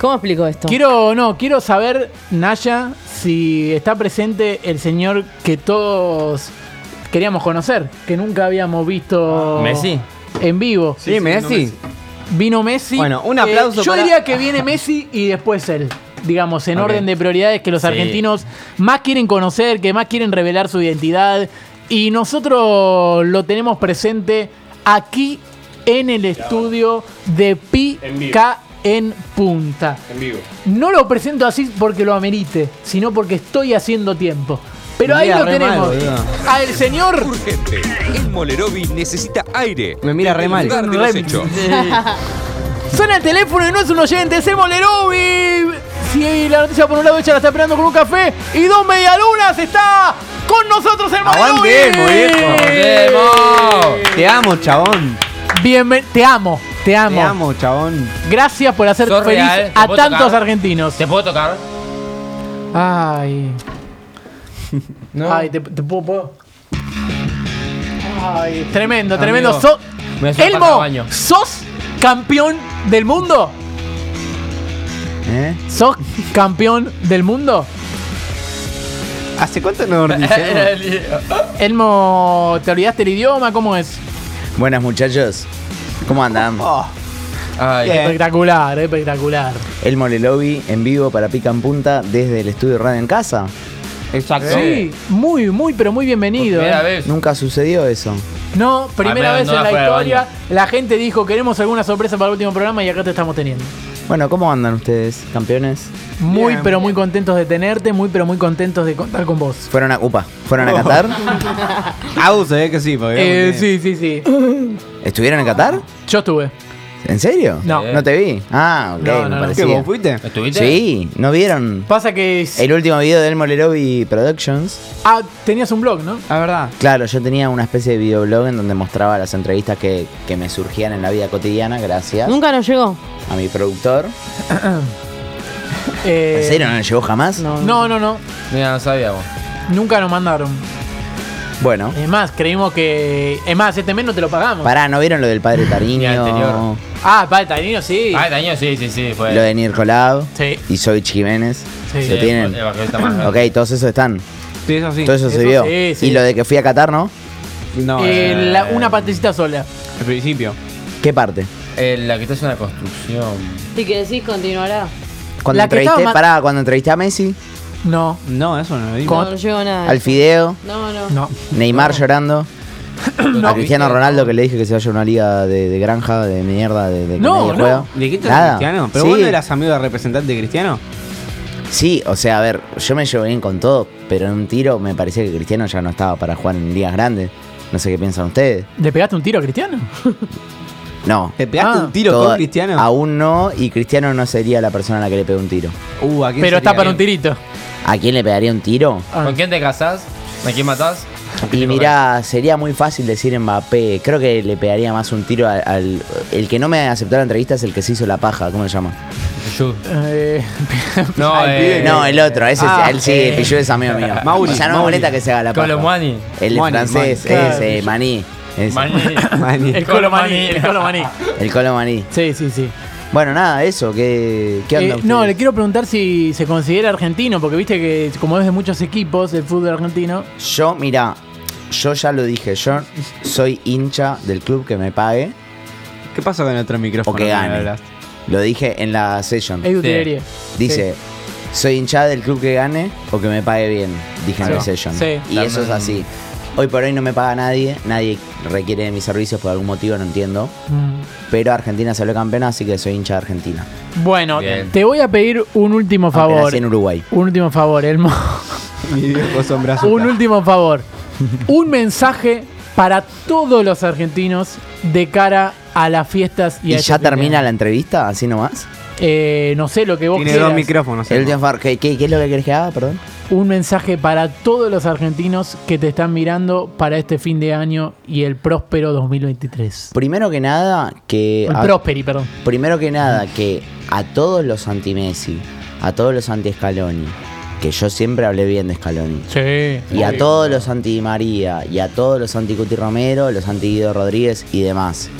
¿Cómo explico esto? Quiero, no, quiero saber, Naya, si está presente el señor que todos queríamos conocer, que nunca habíamos visto Messi. en vivo. Sí, Messi. Vino Messi. eh, Bueno, un aplauso yo para- diría que viene Messi y después él. Digamos, en Ok. orden de prioridades que los Sí. argentinos más quieren conocer, que más quieren revelar su identidad. Y nosotros lo tenemos presente aquí en el estudio de En vivo. Pica en Punta. En vivo. No lo presento así porque lo amerite, sino porque estoy haciendo tiempo. Pero Me ahí mira lo re tenemos. mal, boludo. Al señor. Urgente. El Molerovi necesita aire. Me mira Desde re el mal. lugar de los hechos. Suena el teléfono y no es un oyente, es el Molerovi. Si la noticia por un lado ella la está esperando con un café y dos medialunas está con nosotros el Molerovi. Aguante, Elmo, viejo. Eh, Te amo, chabón. Bienven- te amo, te amo. Te amo, chabón. Gracias por hacer Sos feliz real, ¿te a puedo tantos tocar? argentinos. ¿Te puedo tocar? Ay. No. Ay, te, te puedo, puedo. Ay, tremendo, tremendo. Amigo, So- me hace falta Elmo, baño. ¿sos campeón del mundo? ¿Eh? ¿Sos campeón del mundo? ¿Hace cuánto no dormís, Elmo? Elmo, ¿te olvidaste el idioma? ¿Cómo es? Buenas muchachos, ¿cómo andan? Oh, Ay, Bien. Espectacular, eh, espectacular. El Mole Lobby en vivo para Pica en Punta desde el estudio Radio en Casa. exacto. Sí, muy, muy, pero muy bienvenido. Primera eh. vez. Nunca sucedió eso. No, primera Ah, me vez en abandonó la afuera del historia. baño. La gente dijo, queremos alguna sorpresa para el último programa y acá te estamos teniendo. Bueno, ¿cómo andan ustedes, campeones? Muy, Bien, pero muy contentos de tenerte, muy, pero muy contentos de contar con vos. ¿Fueron a Upa? ¿Fueron a Oh. Qatar? Agus se ve que sí, porque. Eh, sí, sí, sí. ¿Estuvieron en Qatar? Yo estuve. ¿En serio? No. ¿No te vi? Ah, ok, No, no, me no. ¿Qué, parecía. vos fuiste? ¿Estuviste? Sí, ¿no vieron? Pasa que... es- El último video del Mole Lobby Productions. Ah, tenías un blog, ¿no? La verdad. Claro, yo tenía una especie de videoblog en donde mostraba las entrevistas que, que me surgían en la vida cotidiana, gracias Nunca nos llegó. a mi productor. Eh, ¿En serio no le llegó jamás? No. No, no, no. Mira, no sabíamos. Nunca nos mandaron. Bueno, Es más, creímos que... Es más, este mes Eh, no te lo pagamos. pará, ¿no vieron lo del padre Ni Tariño? anterior. Ah, para el Tainino, sí. Ah, este año sí, sí, sí. Fue. Lo de Nircolau Sí. y Soy Jiménez. Sí. Sí, ¿Lo tienen? el evangelista más- Ok, todos esos están. Sí, eso sí. Todo eso se Eso vio. sí, sí. Y lo de que fui a Qatar, ¿no? No, Eh, eh, la- una partecita sola. al principio. ¿Qué parte? Eh, la que está haciendo la construcción. Y que decís continuará. Cuando La que entrevisté, estaba ma- pará, cuando entrevisté a Messi, No, No, eso no lo digo. ¿Cómo? No, no llegó nada. al Fideo, No, no. Ah, no. Neymar llorando, No. a Cristiano Ronaldo que le dije que se vaya a una liga de, de granja, de mierda, de, de que No, nadie no. juega. ¿Le dijiste a Nada. Cristiano? ¿Pero sí, vos no eras amigo del representante de Cristiano? sí, o sea, a ver, yo me llevo bien con todo, pero en un tiro me parecía que Cristiano ya no estaba para jugar en ligas grandes. No sé qué piensan ustedes. ¿Le pegaste un tiro a Cristiano? No. ¿Te pegaste Ah. un tiro Toda- con Cristiano? Aún no, y Cristiano no sería la persona a la que le pegó un tiro. Uh, ¿a quién Pero está sería? para un tirito. ¿A quién le pegaría un tiro? Ah. ¿Con quién te casás? ¿A quién matás? ¿A quién Y te mirá, sería muy fácil decir Mbappé. Creo que le pegaría más un tiro al, al- El que no me aceptó la entrevista es el que se hizo la paja. ¿Cómo se llama? coges? Yo. Eh, No, Al pibe eh, no, el otro. Ese, es- ah, él sí, eh. Pillú es amigo mío. Mauri, O sea, no me Mauri. molesta que se haga la paja. Colomani. El Mani, francés, Mani. es eh, Maní. ese. Mani. el Colomaní. El Colomaní. El Colo Maní. Sí, sí, sí. Bueno, nada, eso. ¿Qué, qué onda Eh, ustedes? no, le quiero preguntar si se considera argentino, porque viste que como es de muchos equipos el fútbol argentino. Yo, mira, yo ya lo dije. Yo soy hincha del club que me pague. ¿Qué pasó con el otro micrófono? O que gane. Me hablaste. Lo dije en la session. Edu Tilería. Dice, soy hinchada del club que gane o que me pague bien, dije en Sí. la session. Sí. Y eso es así. Hoy por hoy no me paga nadie, nadie requiere de mis servicios por algún motivo, no entiendo. Mm. Pero Argentina salió campeona, así que soy hincha de Argentina. Bueno, Bien. te voy a pedir un último Aunque favor. nací en Uruguay. Un último favor, Elmo. Mi viejo sombra Un azul. último favor. Un mensaje para todos los argentinos de cara a las fiestas y, ¿Y, a ya este fin de termina año. la entrevista? ¿Así nomás? Eh, no sé lo que vos Tiene quieras. dos micrófonos. El ¿no? último favor, ¿qué, qué, qué es lo que querés que haga? Perdón. Un mensaje para todos los argentinos que te están mirando para este fin de año y el próspero 2023. Primero que nada, que... El a- prósperi, perdón. Primero que nada, que a todos los anti-Messi, a todos los anti-Scaloni, que yo siempre hablé bien de Scaloni, Sí. Y a todos los anti María, y a todos los anti Cuti Romero, los anti Guido Rodríguez y demás.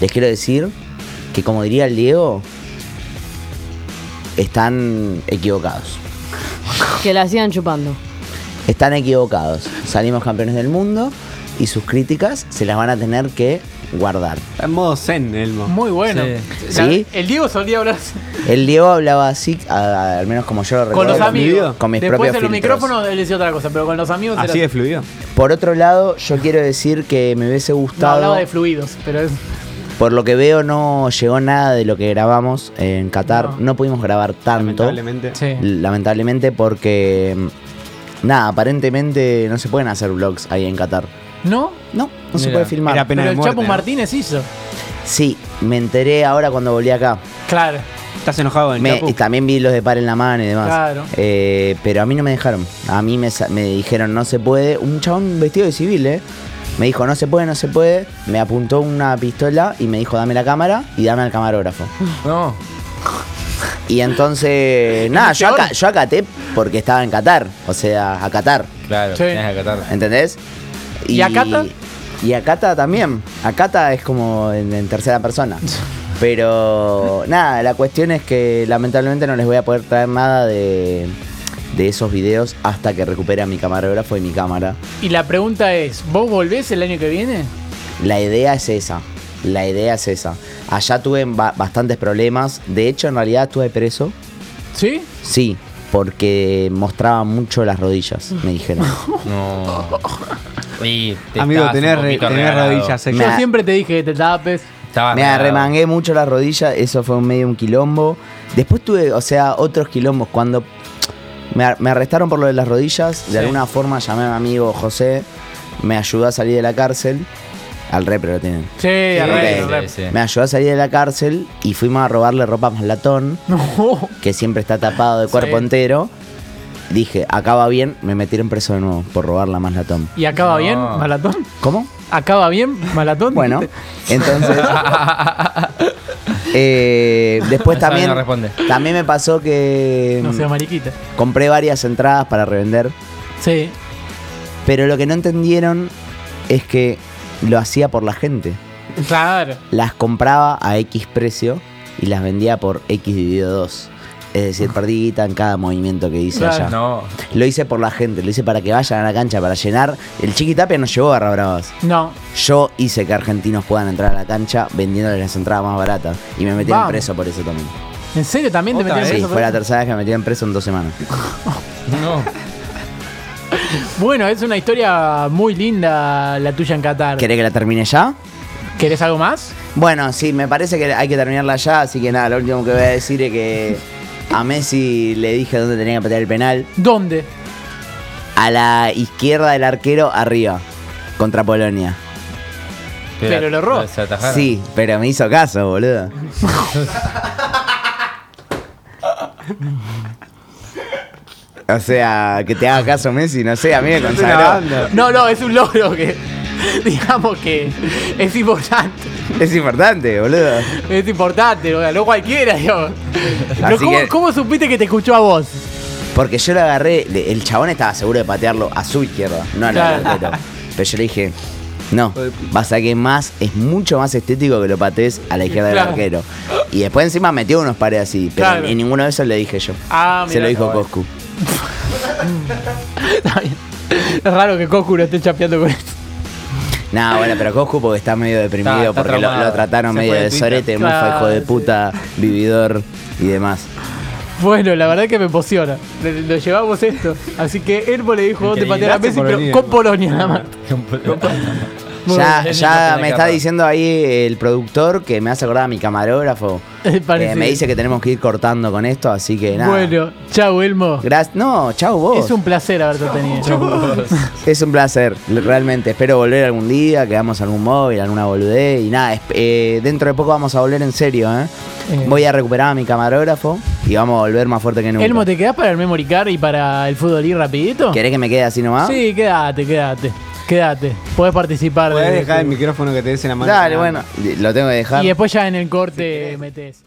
Les quiero decir que como diría el Diego, están equivocados. Que la sigan chupando. Están equivocados. Salimos campeones del mundo y sus críticas se las van a tener que guardar. Está en modo zen, Elmo. Muy bueno. Sí. La- Sí. El Diego solía hablar El Diego hablaba así, a- al menos como yo lo con recuerdo. los amigos. Con mis Después propios de los filtros. micrófonos él decía otra cosa, pero con los amigos Así era- de fluido. Por otro lado, yo quiero decir que me hubiese no gustado. hablaba de fluidos, pero es Por lo que veo, no llegó nada de lo que grabamos en Qatar. No. No, pudimos grabar tanto. Lamentablemente. sí. Lamentablemente, porque. mm, Nada, aparentemente no se pueden hacer vlogs ahí en Qatar. ¿No? No, no se Mira, puede filmar. era pe- Pena pero de el muerte, Chapo ¿no? Martínez hizo. Sí, me enteré ahora cuando volví acá. Claro. Estás enojado con el Me- Chapu? y también vi los de par en la mano y demás. Claro. Eh, pero a mí no me dejaron. A mí me, sa- me dijeron no se puede. Un chabón vestido de civil, ¿eh? Me dijo no se puede, no se puede. Me apuntó una pistola y me dijo dame la cámara y dame al camarógrafo. No. Y entonces, nada, yo, peor. aca- yo acaté porque estaba en Qatar. O sea, a Qatar. Claro, Sí. tenés que acatar. ¿Entendés? ¿Y acata? Y acata también. Acata es como en, en tercera persona. Pero nada, la cuestión es que lamentablemente no les voy a poder traer nada de, de esos videos hasta que recupere a mi camarógrafo y mi cámara. Y la pregunta es, ¿vos volvés el año que viene? La idea es esa. La idea es esa. Allá tuve ba- bastantes problemas. De hecho, en realidad estuve preso. ¿Sí? Sí, porque mostraba mucho las rodillas, me dijeron. No. Sí, te Amigo, estás tenés, un re- poquito tenés regalado. rodillas secas. Yo Me- siempre te dije que te tapes. Estaba Me regalado. arremangué mucho las rodillas, eso fue un medio un quilombo. Después tuve, o sea, otros quilombos. Cuando me, ar- me arrestaron por lo de las rodillas, de Sí. alguna forma llamé a mi amigo José, me ayudó a salir de la cárcel. Al repre lo tienen. Sí, Sí, arreglo, sí, arreglo. sí. Me ayudó a salir de la cárcel y fuimos a robarle ropa a latón, No. que siempre está tapado de cuerpo Sí. entero. Dije, acaba bien, me metieron preso de nuevo por robarla más latón. ¿Y acaba No. bien, Malatón? ¿Cómo? ¿Acaba bien, Malatón? Bueno, entonces. Eh, después No sabe, también. no responde. También me pasó que. mm, No sea mariquita. compré varias entradas para revender. Sí. Pero lo que no entendieron es que lo hacía por la gente. Claro. Las compraba a X precio y las vendía por X dividido 2. Es decir, perdí guita en cada movimiento que hice Ah. Claro. allá. No. Lo hice por la gente, lo hice para que vayan a la cancha, para llenar. El Chiquitapia nos llevó a Rabravas. No. Yo hice que argentinos puedan entrar a la cancha vendiéndoles las entradas más baratas. Y me metieron Vamos. preso por eso también. ¿En serio también te Otra metieron vez. Sí, preso? por fue la eso? tercera vez que me metieron preso en dos semanas. No. Bueno, es una historia muy linda la tuya en Qatar. ¿Querés que la termine ya? ¿Querés algo más? Bueno, sí, me parece que hay que terminarla ya, así que nada, lo último que voy a decir es que a Messi le dije dónde tenía que patear el penal. ¿Dónde? A la izquierda del arquero, arriba, contra Polonia. Pero lo erró. Se atajaron. Sí, pero me hizo caso, boludo. O sea, que te haga caso Messi, no sé, a mí me Es una consagró. banda. No, no, es un logro que. Digamos que es importante. Es importante, boludo. Es importante, o sea, no cualquiera, yo. Pero Así ¿cómo, que- cómo supiste que te escuchó a vos? Porque yo lo agarré, le- el chabón estaba seguro de patearlo a su izquierda, no a la del Claro. arquero. Pero yo le dije, no, vas a que más, es mucho más estético que lo patees a la izquierda Claro. del arquero. Y después encima metió unos pares así, pero Claro. en ninguno de esos le dije yo. Ah, Se mirá, lo dijo bueno. Coscu. Está bien. Es raro que Goku lo esté chapeando con esto. Nada, bueno, pero Coscu porque está medio deprimido Está- está porque lo, traumado. lo trataron Se medio fue de de Twitter. sorete, mufa, Claro, hijo de sí. puta, vividor y demás. Bueno, la verdad que me emociona. Lo, lo llevamos esto. Así que Elmo le dijo dónde Increíble. patear a Messi, Gracias por pero venir, con Elmo. Polonia nada más. Muy Ya, bien, no ya tiene me que está hablar. diciendo ahí el productor que me hace acordar a mi camarógrafo. Es Eh, parecido. me dice que tenemos que ir cortando con esto, así que nada. Bueno, chau Elmo. Gracias. No, chau vos. Es un placer haberte tenido. Es un placer, l- realmente. Espero volver algún día, que hagamos algún móvil, alguna boludez y nada. esp- eh, dentro de poco vamos a volver en serio, ¿eh? Eh. Voy a recuperar a mi camarógrafo y vamos a volver más fuerte que nunca. Elmo, ¿te quedás para el Memory Card y para el Fútbol ir rapidito? ¿Querés que me quede así nomás? Sí, quédate, quédate. Quédate. Podés participar. Podés de- dejar el micrófono que te des en la mano. Dale, bueno. Lo tengo que dejar. Y después ya en el corte metes.